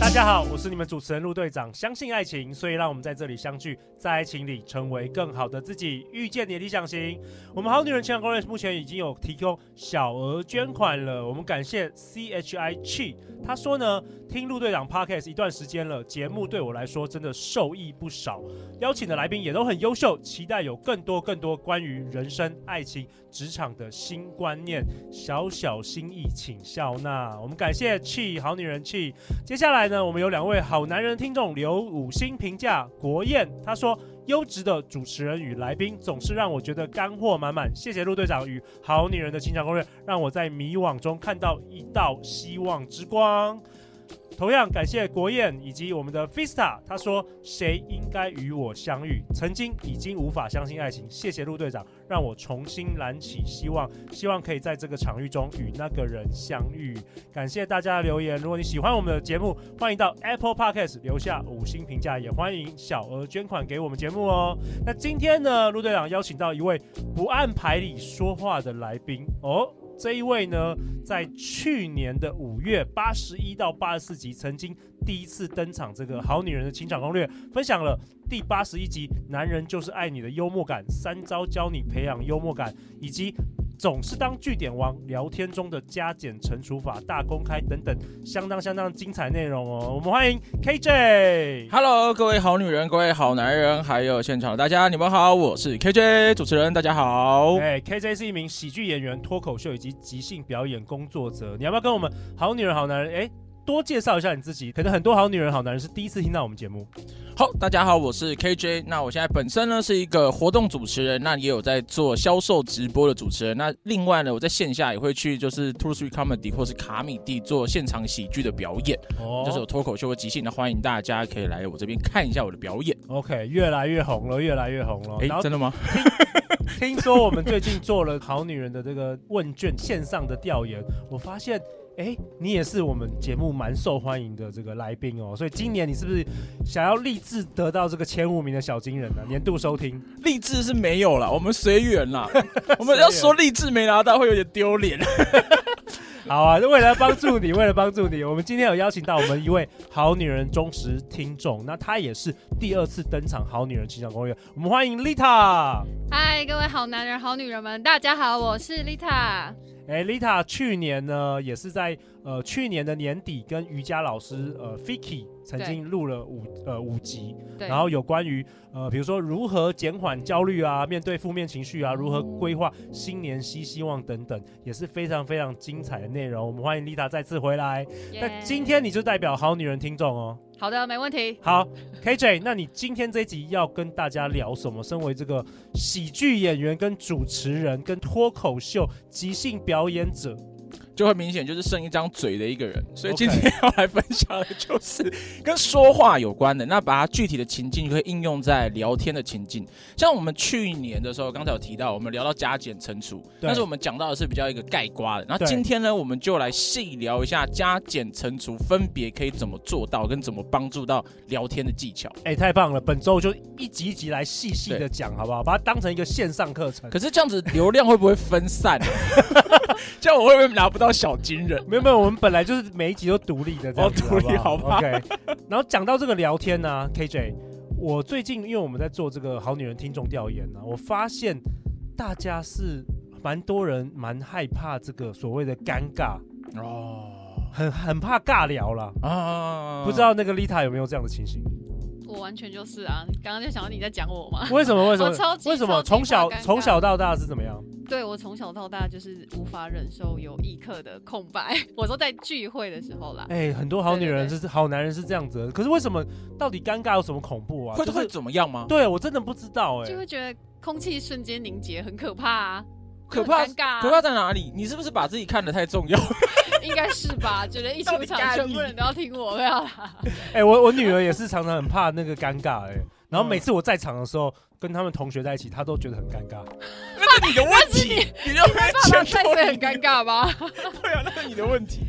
大家好，我是你们主持人陆队长。相信爱情，所以让我们在这里相聚，在爱情里成为更好的自己，遇见你的理想型。我们好女人情感攻略目前已经有提供小额捐款了，我们感谢 C H I Chi。他说呢，听陆队长 Podcast 一段时间了，节目对我来说真的受益不少，邀请的来宾也都很优秀，期待有更多更多关于人生、爱情、职场的新观念。小小心意，请笑纳。我们感谢 Chi 好女人 Chi。接下来呢，我们有两位好男人听众留五星评价。国燕他说：“优质的主持人与来宾总是让我觉得干货满满。”谢谢陆队长与好女人的情场攻略，让我在迷惘中看到一道希望之光。同样感谢国燕以及我们的 Fista，他说：“谁应该与我相遇？曾经已经无法相信爱情。”谢谢陆队长，让我重新燃起希望，希望可以在这个场域中与那个人相遇。感谢大家的留言。如果你喜欢我们的节目，欢迎到 Apple Podcast 留下五星评价，也欢迎小额捐款给我们节目哦。那今天呢，陆队长邀请到一位不按牌理说话的来宾哦。这一位呢，在去年的五月八十一到八十四集，曾经第一次登场这个《好女人的情场攻略》，分享了第八十一集《男人就是爱你的幽默感》，三招教你培养幽默感，以及总是当据点王，聊天中的加减乘除法大公开等等，相当相当精彩内容哦。我们欢迎 KJ。 Hello，各位好女人，各位好男人，还有现场的大家，你们好，我是 KJ 主持人，大家好。哎、k j 是一名喜剧演员、脱口秀以及即兴表演工作者。你要不要跟我们好女人、好男人，哎、多介绍一下你自己？可能很多好女人、好男人是第一次听到我们节目。好，大家好，我是 KJ。那我现在本身呢是一个活动主持人，那也有在做销售直播的主持人。那另外呢，我在线下也会去就是 Two Three Comedy 或是卡米蒂做现场喜剧的表演，哦就是有脱口秀和即兴。那欢迎大家可以来我这边看一下我的表演。 OK，越来越红了，越来越红了。哎、然后真的吗？听说我们最近做了好女人的这个问卷线上的调研，我发现，哎、你也是我们节目蛮受欢迎的这个来宾哦。所以今年你是不是想要立志得到这个前五名的小金人呢、年度收听？励志是没有了，我们随缘 啦。我们要说励志没拿到会有点丢脸。好啊，为了帮助你，为了帮助你，我们今天有邀请到我们一位好女人忠实听众，那她也是第二次登场《好女人情场攻略》，我们欢迎 Lita。嗨，各位好男人、好女人们，大家好，我是丽塔。哎，Lita 去年呢，也是在呃去年的年底跟瑜伽老师呃 Fiki 曾经录了五呃五集，对，然后有关于呃，比如说如何减缓焦虑啊，面对负面情绪啊，如何规划新年新希望等等，也是非常非常精彩的内容。我们欢迎 Lita 再次回来。耶那今天你就代表好女人听众哦。好的，没问题。好，KJ，那你今天这一集要跟大家聊什么？身为这个喜剧演员、跟主持人、跟脱口秀即兴表演者，就会明显就是剩一张嘴的一个人。所以 OK 今天要来分享的就是 跟说话有关的，那把它具体的情境可以应用在聊天的情境。像我们去年的时候，刚才有提到，我们聊到加减乘除，对但是我们讲到的是比较一个盖瓜的。然后对今天呢，我们就来细聊一下加减乘除分别可以怎么做到，跟怎么帮助到聊天的技巧。哎、太棒了！本周就一集一集来细细的讲，好不好？把它当成一个线上课程。可是这样子流量会不会分散、 啊？这样我会不会拿不到小金人？没有没有，我们本来就是每一集都独立的这样子，哦独立好不好吧 OK。然后讲到这个聊天呢、k j 我最近因为我们在做这个好女人听众调研呢、我发现大家是蛮多人蛮害怕这个所谓的尴尬。哦，很很怕尬聊啦。啊，不知道那个丽塔有没有这样的情 形？我完全就是啊，刚刚就想到你在讲我嘛。为什么？为什我么？超级为什么超从级小怕尴尬从小到大是怎么样？对我从小到大就是无法忍受有一刻的空白。 我说在聚会的时候啦，哎、很多好女人对是好男人是这样子的，可是为什么？到底尴尬有什么恐怖啊？会就会是怎么样吗？对我真的不知道哎、就会觉得空气瞬间凝结，很可怕啊，可怕就很尴尬啊、可怕在哪里？你是不是把自己看得太重 要？应该是 吧？觉得一出到底场咖喱全部人都要听我的啊，哎、我我女儿也是常常很怕那个尴尬哎、然后嗯每次我在场的时候，跟他们同学在一起，她都觉得很尴尬。那是你的问题，你就会爸 爸在这很尴尬吧？对啊，那是你的问题。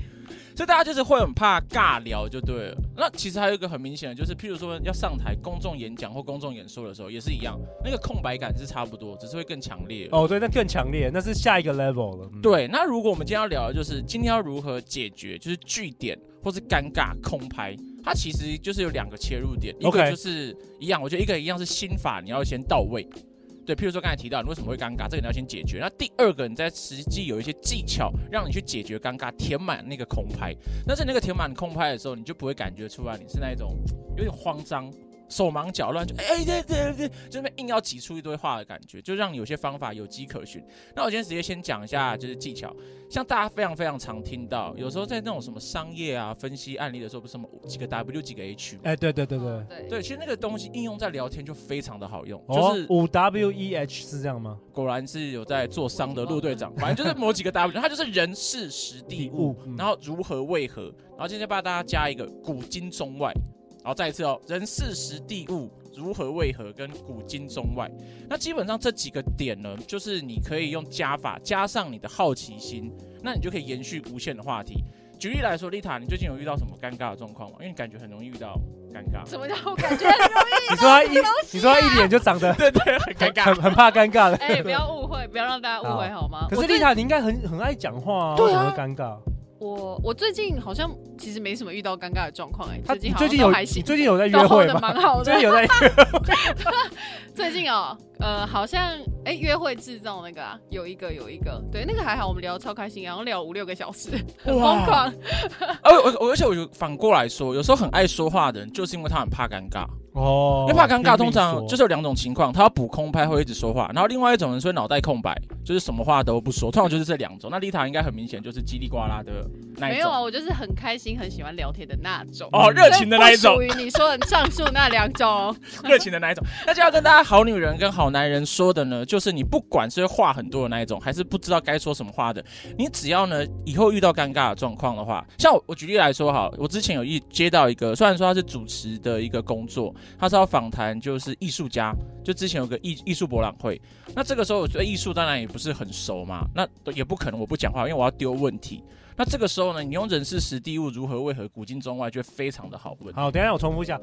所以大家就是会很怕尬聊就对了。那其实还有一个很明显的，就是譬如说要上台公众演讲或公众演说的时候也是一样，那个空白感是差不多，只是会更强烈。哦，对，那更强烈，那是下一个 level 了。嗯，对，那如果我们今天要聊的就是今天要如何解决，就是据点或是尴尬空拍，它其实就是有两个切入点，一 OK 个就是一样，我觉得一个一样是心法，你要先到位。对，譬如说刚才提到你为什么会尴尬，这个你要先解决。那第二个，你在实际有一些技巧，让你去解决尴尬，填满那个空拍。但是那个填满空拍的时候，你就不会感觉出来你是那一种有点慌张、手忙脚乱，就哎对对对，就那边硬要挤出一堆话的感觉，就让你有些方法有迹可循。那我今天直接先讲一下就是技巧，像大家非常非常常听到，有时候在那种什么商业啊分析案例的时候，不是什么几个 W 几个 H 吗。哎、对对对 对，对对，其实那个东西应用在聊天就非常的好用，哦就是，五 W E H 是这样吗？果然是有在做商的陆队长，反正就是某几个 W，它就是人事实嗯地物，嗯然后如何为何，然后今天帮大家加一个古今中外，然后再一次哦，人事实地物如何为何跟古今中外，那基本上这几个点呢，就是你可以用加法加上你的好奇心，那你就可以延续无限的话题。举例来说，丽塔，你最近有遇到什么尴尬的状况吗？因为你感觉很容易遇到尴尬，怎么叫我感觉很容易？你说他一，你说他一脸就长得对对，很尴尬很。很怕尴尬的。哎、不要误会，不要让大家误会好吗？可是我最丽塔，你应该很很爱讲话啊，对为什啊么会尴尬？我我最近好像其实没什么遇到尴尬的状况哎，他最近你好最像近都有还你行，最近有在都约会得吗？蛮好最近的。有在 最近哦，呃，好像哎、约会制造那个啊，有一个有一个，对，那个还好，我们聊得超开心，然后聊五六个小时，很疯狂。而呃我我而且我就反过来说，有时候很爱说话的人，就是因为他很怕尴尬。哦因为怕尴尬，通常就是是有两种情况，他要补空拍会一直说话，然后另外一种人是会脑袋空白，就是什么话都不说，通常就是这两种。那丽塔应该很明显就是叽里呱啦的那没一有啊，种，我就是很开心，很喜欢聊天的那种。哦，热情的那一种所以，不属于你说的上述那两 种。 热情的那一种。那就要跟大家好女人跟好男人说的呢，就是你不管是话很多的那一种，还是不知道该说什么话的，你只要呢以后遇到尴尬的状况的话，像我我举例来说哈，我之前有一接到一个，虽然说他是主持的一个工作，他是要访谈就是艺术家，就之前有个艺艺术博览会，那这个时候我对艺术当然也不是很熟嘛，那也不可能我不讲话，因为我要丢问题。那这个时候呢，你用人事实地物如何为何古今中外，就会非常的好问。好。等一下我重复一下，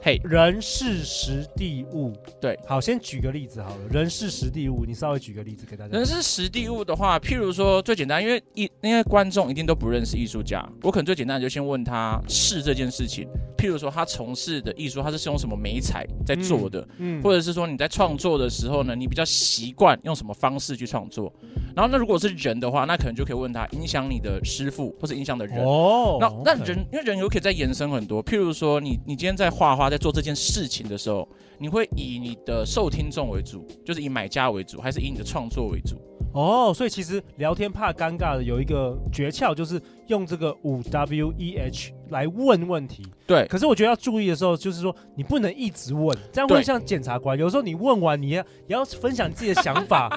嘿人事实地物。对，好，先举个例子好了，人事实地物，你稍微举个例子给大家人。是实地物的话，譬如说最简单，因为艺因为观众一定都不认识艺术家，我可能最简单的就先问他是这件事情，譬如说他从事的艺术，他是用什么媒材在做的，嗯或者是说你在创作的时候呢，你比较习惯用什么方式去创作。然后那如果是人的话，那可能就可以问他影响你的师傅或者影响的人。哦那那 OK 人，因为人有可以再延伸很多，譬如说你你今天在画画，在做这件事情的时候，你会以你的受听众为主，就是以买家为主，还是以你的创作为主？哦，所以其实聊天怕尴尬的有一个诀窍，就是用这个五 W E H 来问问题。对，可是我觉得要注意的时候，就是说你不能一直问，这样会对像检察官。有时候你问完，你要也要分享你自己的想 法。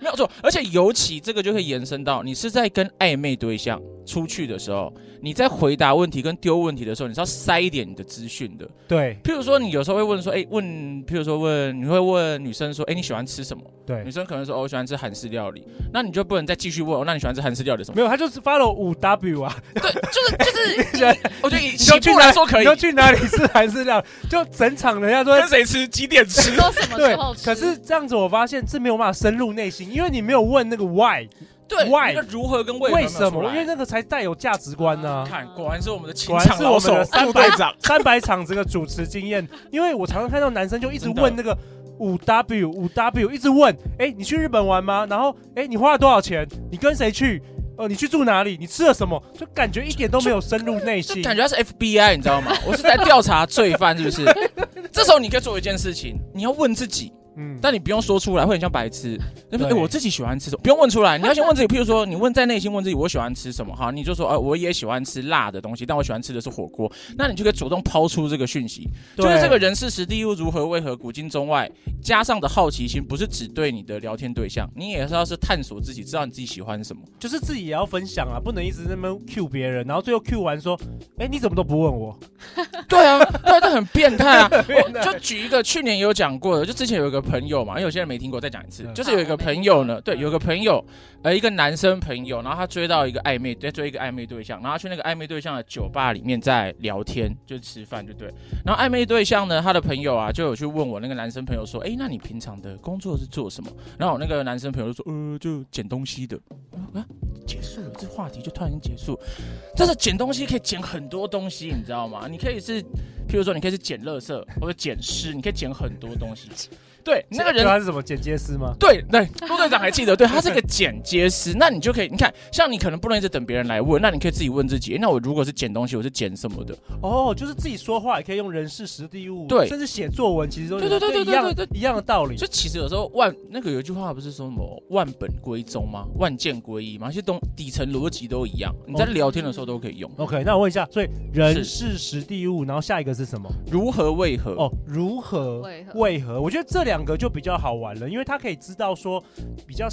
没有错。而且尤其这个就可以延伸到你是在跟暧昧对象出去的时候，你在回答问题跟丢问题的时候，你是要塞一点你的资讯的。对譬如说，你有时候会问说，哎，问，譬如说问，你会问女生说，哎，你喜欢吃什么？女对，生可能说，哦，我喜欢吃韩式料理。那你就不能再继续问，哦，那你喜欢吃韩式料理什么？没有，他就是 follow 五 W 啊。对， 就是哦就是，我觉得以你要起去步哪来说可你以要，去哪里吃韩式料理？就整场人家都在跟谁吃，几 点吃。说什么对时候，吃？可是这样子我发现是没有办法深入内心，因为你没有问那个 why 对， Why？那如何跟为为什什么，因为那个才带有价值观呢、啊看，果然是我们的情果然场是我老们手的三陆百队长。三百场这个主持经验，因为我常常看到男生就一直问那个五 W 五 W，一直问，哎、你去日本玩吗？然后，哎、你花了多少钱？你跟谁去？呃，你去住哪里？你吃了什么？就感觉一点都没有深入 内心。感觉他是 FBI，你知道吗？我是在调查罪犯，是不 是？这时候你可以做一件事情，你要问自己，嗯，但你不用说出来，会很像白痴。就是对哎，我自己喜欢吃什么？不用问出来，你要先问自己。譬如 说，你问在内心问自己，我喜欢吃什么？好，你就说，呃，我也喜欢吃辣的东西，但我喜欢吃的是火锅。那你就可以主动抛出这个讯息，就是对这个人事实地物如何为何古今中外，加上的好奇心，不是只对你的聊天对象，你也是要是探索自己，知道你自己喜欢什么。就是自己也要分享啊，不能一直那么 Q 别人，然后最后 Q 完说，哎、你怎么都不问 我？对啊，对啊，这很变态啊！我就举一个去年有讲过的，就之前有一个朋友嘛，因为有些人没听过，再讲一次，嗯就是有一个朋友呢，对，有一个朋友，呃，一个男生朋友，然后他追到一个暧昧，在追一个暧昧对象，然后他去那个暧昧对象的酒吧里面在聊天，就吃饭，就对。然后暧昧对象呢，他的朋友啊，就有去问我那个男生朋友说，哎，那你平常的工作是做什么？然后我那个男生朋友就说，呃，就捡东西的。我说啊，结束了，这话题就突然间结束。但是捡东西可以捡很多东西，你知道吗？你可以是，譬如说，你可以是捡垃圾或者捡尸，你可以捡很多东西。对，那个人他是什么剪接师吗？对对，陆队长还记得，对他是个剪接师，那你就可以，你看，像你可能不能一直等别人来问，那你可以自己问自己，诶那我如果是捡东西，我是捡什么的？哦，就是自己说话也可以用人事实地物，对甚至写作文其实都对对对对一样对对一样的道理。就其实有时候万那个有一句话不是说什么万本归宗吗？万剑归一吗？其实东底层逻辑都一样，你在哦聊天的时候都可以用。 OK，那我问一下，所以人是事实地物，然后下一个是什么？如何为何？哦，如何？为何为何？我觉得这两个就比较好玩了，因为他可以知道说比较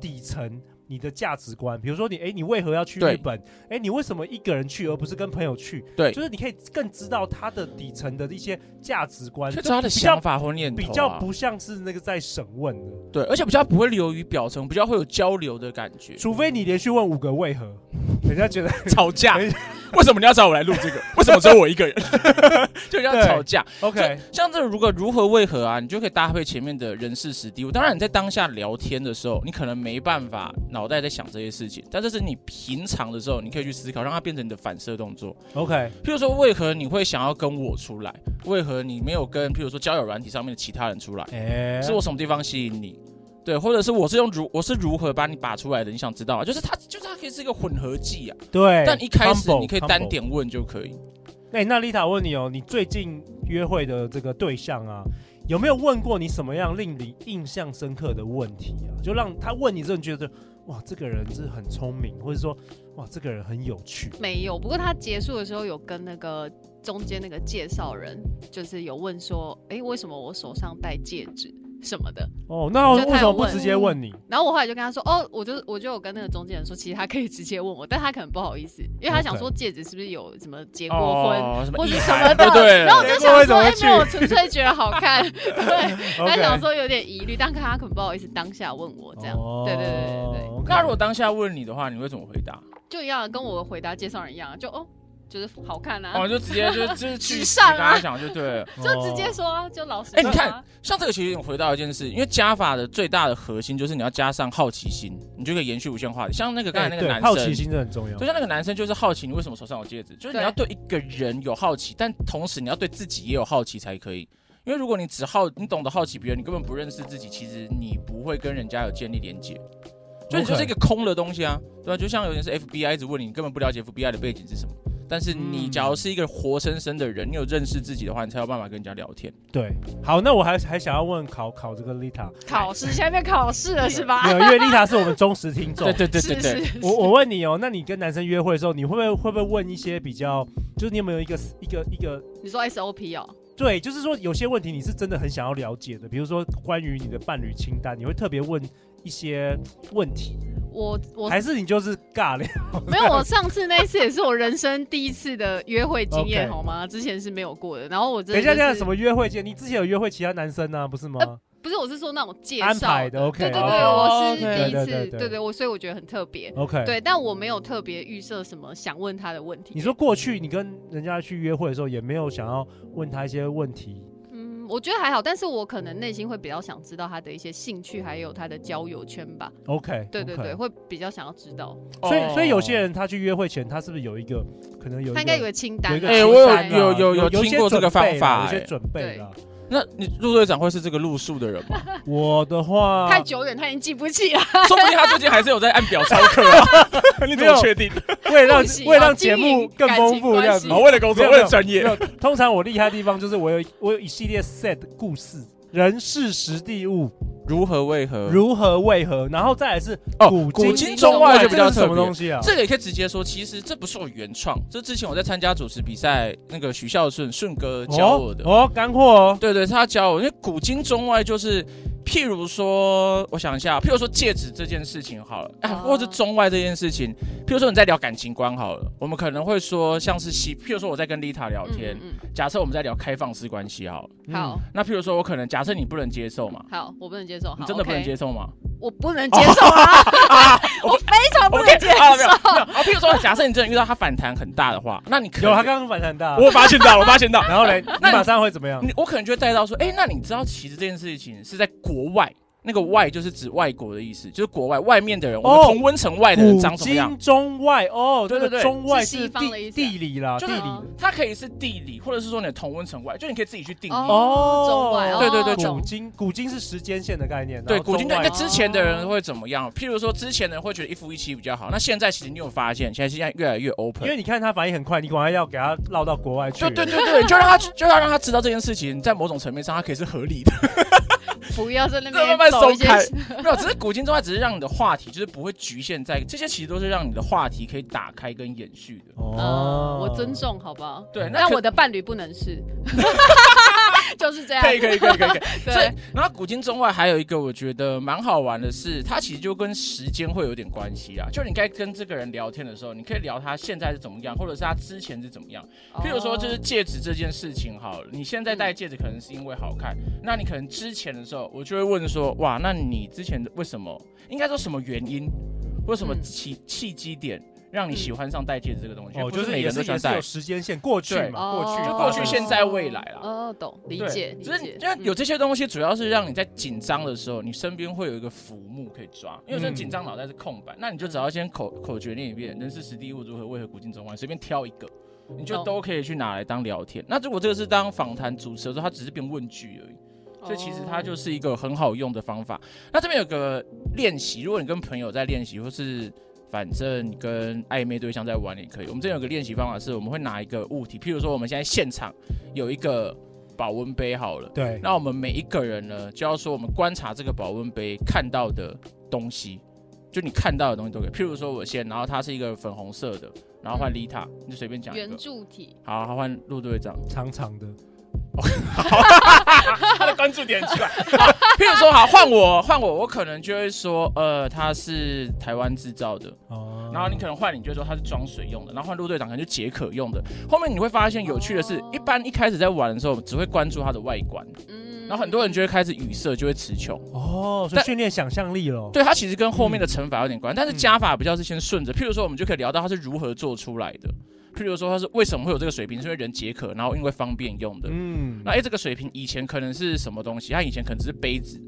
底层你的价值观，比如说你，哎，你为何要去对日本？哎，你为什么一个人去而不是跟朋友去？对就是你可以更知道他的底层的一些价值观，就知道他的比较想法或念头、啊，比较不像是那个在审问的，对，而且比较不会流于表层，比较会有交流的感觉。除非你连续问五个为何，人家觉得 吵架等一 为什么你要找我来录这个？为什么只有我一个人？ 就要吵架。 OK，像这如果如何为何啊，你就可以搭配前面的人事实地物。当然你在当下聊天的时候，你可能没办法脑袋在想这些事情，但这是你平常的时候，你可以去思考，让它变成你的反射动作。 OK，譬如说，为何你会想要跟我出来？为何你没有跟譬如说交友软体上面的其他人出来？哎、是我什么地方吸引你？对，或者是我是用如我是如何把你把出来的？你想知道啊？就是它，就是它可以是一个混合技啊。对，但一开始哎 combo，你可以 combo 单。点问就可以。哎、那丽塔问你哦，你最近约会的这个对象啊，有没有问过你什么样令你印象深刻的问题啊？就让他问你之后，你觉得哇，这个人是很聪明，或者说哇，这个人很有趣。没有，不过他结束的时候有跟那个中间那个介绍人，就是有问说，哎、为什么我手上戴戒指什么的？哦，那我就他为什有么不问直接问 你？然后我后来就跟他说，哦，我就我就有跟那个中间人说，其实他可以直接哦问我，但他可能不好意思，因为他想说戒指是不是有什么结过婚。哦，什或么者遗什么产的就对了然后我就结果想为什么说，哎、去没有，我纯粹觉得好看， 对，他 OK 想说有点疑虑，但他可能不好意思当下问我这样，哦对对对对对，哦，OK 那如果当下问你的话，你会怎么回答？就一样跟我回答介绍人一样，就哦，就是好看啊，哦，就直接就就是去时死尚啊跟他讲就对哦了。就直接说啊，就老实说哎啊。你看像这个其实我回到一件事，因为加法的最大的核心就是你要加上好奇心，你就可以延续无限话题。像那个刚才哎那对，个男好生奇，心真的很重要就。像那个男生就是好奇你为什么手上有戒指，就是你对要对一个人有好奇，但同时你要对自己也有好奇才可以。因为如果你只好你懂得好奇别人，你根本不认识自己，其实你不会跟人家有建立连接。就你就是一个空的东西啊，对吧、就像有人是 FBI 一直问你，你根本不了解 FBI 的背景是什么。但是你嗯假如是一个活生生的人，你有认识自己的话，你才有办法跟人家聊天。对，好，那我还还想要问考考这个丽塔，考试，现在变考试了是吧 没？有，因为丽塔是我们忠实听众对。对对对对，是是我我问你哦，那你跟男生约会的时候，你会不会会不会问一些比较，就是你有没有一个一个一个你说 SOP 哦，对，就是说有些问题你是真的很想要了解的，比如说关于你的伴侣清单，你会特别问一些问题，我我还是你就是尬聊？没有，我上次那一次也是我人生第一次的约会经验 OK 好吗？之前是没有过的。然后我真等的一下，等一就下，是什么约会见？你之前有约会其他男生呢、不是吗？不是，我是说那种介安绍排的，OK，对对对，哦我是第一对对对次，对对对，我所以我觉得很特别。 OK，对，但我没有特别预设什么想问他的问题。你说过去你跟人家去约会的时候，也没有想要问他一些问题，嗯，我觉得还好，但是我可能内心会比较想知道他的一些兴趣，还有他的交友圈吧。 OK，对对 OK 对，会比较想要知道。所哦以所以有些人他去约会前，他是不是有一个可能有一个他应该有个清单有啊。一个哎清我有单啊有有有有一些听过这个准备啦方法有一些哎准备啦。那你陆队长会是这个路数的人吗？我的 嗯话，太久远，他已经记不起了。说不定他最近还是有在按表操课啊。你怎么确定？ 哦为 了让不行为了让要经节营目更感丰情富，关这样子系哦，为了工作，没有为了专业没。有，通常我厉害的地方就是我有我有一系列 set 故事，人事实地物如何为 何？如何为何，然后再来是嗯哦今古今中中外这就比较是什么特别东西啊？这个也可以直接说，其实这不是我原创，这之前我在参加主持比赛，那个许孝顺顺哥教我哦的。哦，干货哦，对对，他教我，因为古今中外就是，譬如说，我想一下，譬如说戒指这件事情好了，啊，哦或者是中外这件事情，譬如说你在聊感情观好了，我们可能会说像是西，譬如说我在跟丽塔聊天，嗯嗯假设我们在聊开放式关系好了，嗯好那譬如说我可能假设你不能接受嘛，好，我不能接受，嗯你哦好，真的不能 OK 接受吗？我不能接 受啊！ 我非常不能接啊，没有，受。没有啊，譬如说假设你真的遇到他反弹很大的话，那你可能有他刚刚反弹大， 我发现到，我发现到，然后嘞，你那你马上会怎么样？ 你我可能就会带到说，哎、那你知道其实这件事情是在国外，那个外就是指外国的意思，就是国外外面的人，我哦们同温层外的哎人长什么样？今中外哦，对对这个对中外是西是方的地意思啊地理啦，地就理是的它可以是地理，或者是说你的同温层外，就你可以自己去定义。哦中外哦对对对懂古今古今是时间线的概念，对，然后古今中在外在之前的人会怎么样？譬如说，之前的人会觉得一夫一妻比较好，那现在其实你有发现，现在现在越来越因 open 为。你看他反应很快，你赶快要给他绕到国外去对了，对对对，就让他就要让他知道这件事情，在某种层面上，它可以是合理的。不要在那对慢慢边走一松些开， 没有，只是古今中外，只是让你的话题就是不会局限在这些，其实都是让你的话题可以打开跟延续的。哦嗯，我尊。重，好不好？对，哦那但可我的伴侣不能是， 就是这样可。以可以可以可以可以。所以 对，，然后古今中外还有一个我觉得蛮好玩的是，它其实就跟时间会有点关系啊啦。就你该跟这个人聊天的时候，你可以聊他现在是怎么样，或者是他之前是怎么样。譬如说，哦就是戒指这件事情好了，你现在戴戒指可能是因为好看，那你可能之前的时候，我就会问说，哇，那你之前为什么？应该说什么原因？为什么嗯契契机点让你喜欢上戴戒指这个东西？嗯哦，不就是是每也个人是都也喜欢是戴有，时间线，过去对嘛，过去就发过生去的现事在未来啦哦，懂，理对解，理只是解。嗯因为有这些东西，主要是让你在紧张的时候，你身边会有一个浮木可以抓，因为真的紧张脑袋是空白，那你就只要先口口诀念一遍“人事实地物如何为何古今中外”，随便挑一个，你就懂都可以去拿来当聊天。那如果这个是当访谈主持的时候，它只是变问句而已。嗯所以其实它就是哦一个很好用的方法。那这边有个练习，如果你跟朋友在练习，或是反正你跟暧昧对象在玩也可以。我们这边有个练习方法是，我们会拿一个物体，譬如说我们现在现场有一个保温杯好了，嗯对，那我们每一个人呢，就要说我们观察这个保温杯看到的东西，就你看到的东西都可以。譬如说我先，然后它是一个粉红色的，然后换 Lita，你就随便讲一嗯圆个。柱哦体，好，好换陆队长。长长的，哦 他的关注点很奇怪。好譬如说，好换我，换我，我可能就会说，呃，它是台湾制造的。哦 然后你可能换，你就会说它是装水用的。然后换陆队长，可能就解渴用的。后面你会发现有趣的是哦，一般一开始在玩的时候，只会关注它的外观，嗯然后很多人就会开始语塞，就会词穷。哦，所以但训练想象力咯。对，它其实跟后面的乘法有点关，但是加法比较是先顺着。譬如说，我们就可以聊到它是如何做出来的。譬如说，它是为什么会有这个水平，是因为人解渴，然后因为方便用的。嗯那哎，这个水瓶以前可能是什么东西？它以前可能只是杯子，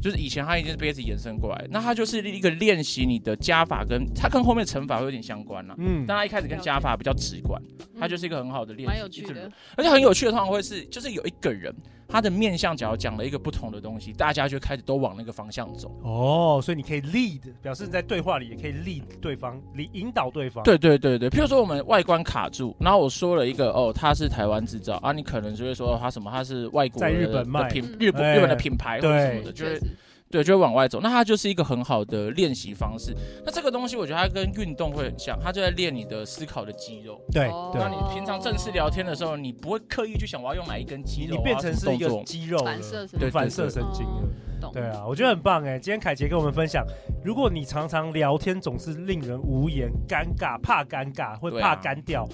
就是以前它已经是杯子延伸过来，那它就是一个练习你的加法跟它跟后面的乘法会有点相关啦、啊嗯但它一开始跟了解嗯加法比较直观，它就是是一个很好的练习，蛮有趣一直的。而且很有趣的，通常会是就是有一个人他的面相，只要讲了一个不同的东西，大家就开始都往那个方向走。哦，所以你可以 lead，表示你在对话里也可以 lead 对方，你引导对方。，对对对对，譬如说我们外观卡住，然后我说了一个哦，它是台湾制造啊，你可能就会说哦它什么，它是外国在日的本卖的品嗯日本哎日本的品牌或者什么的，就确会实对，就会往外走。那它就是一个很好的练习方式。那这个东西，我觉得它跟运动会很像，它就在练你的思考的肌肉。对哦那你对，平常正式聊天的时候，你不会刻意去想我要用哪一根肌你肉，啊你变成是一我要什个么动作。肌肉了反射神对经，哦反射神经了。懂。对啊，我觉得很棒哎！今天凯杰跟我们分享，如果你常常聊天总是令人无言、尴尬、怕尴尬，会对怕啊干掉，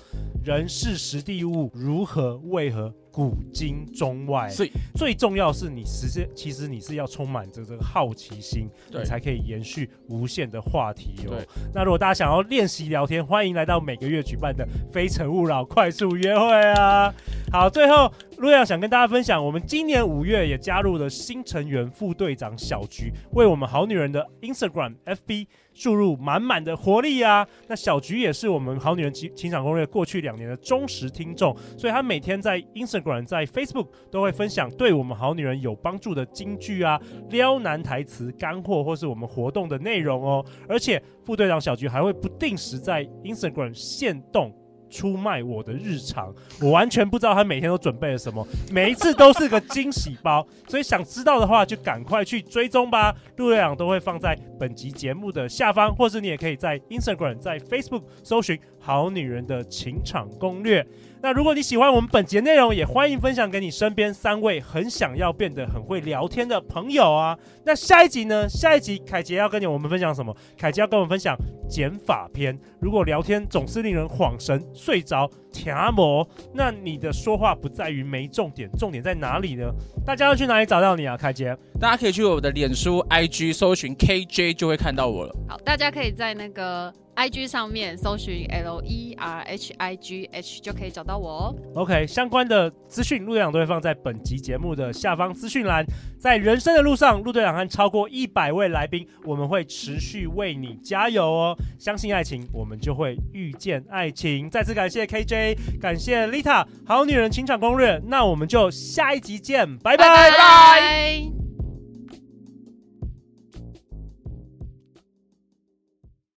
人事实地物如何为何古今中外，所以，最重要是你实际其实你是要充满着这个好奇心，你对才可以延续无限的话题哦对。那如果大家想要练习聊天，欢迎来到每个月举办的《非诚勿扰》快速约会啊！好，最后陆队长想跟大家分享，我们今年五月也加入了新成员副队长小菊，为我们好女人的 Instagram、FB 注入满满的活力啊！那小菊也是我们好女人情情场攻略过去两年的忠实听众，所以她每天在 Instagram、在 Facebook 都会分享对我们好女人有帮助的金句啊、撩男台词、干货或是我们活动的内容哦。而且副队长小菊还会不定时在 Instagram 限动。出卖我的日常，我完全不知道他每天都准备了什么，每一次都是个惊喜包，所以想知道的话就赶快去追踪吧。陆队长都会放在本集节目的下方，或是你也可以在 Instagram、在 Facebook 搜寻“好女人的情场攻略”。那如果你喜欢我们本节内容，也欢迎分享给你身边三位很想要变得很会聊天的朋友啊。那下一集呢？下一集凯杰要跟你我们分享什么？凯杰要跟我们分享减法篇。如果聊天总是令人恍神、睡着、甜魔，那你的说话不在于没重点，重点在哪里呢？大家要去哪里找到你啊，凯杰？大家可以去我的脸书、IG 搜寻 KJ 就会看到我了。好，大家可以在那个 IG 上面搜寻 L E R H I G H 就可以找到我哦。 OK，相关的资讯陆队长都会放在本集节目的下方资讯栏。在人生的路上，陆队长和超过一百位来宾，我们会持续为你加油哦！相信爱情，我们就会遇见爱情。再次感谢 KJ，感谢 Lita，好女人情场攻略。那我们就下一集见，拜拜。拜。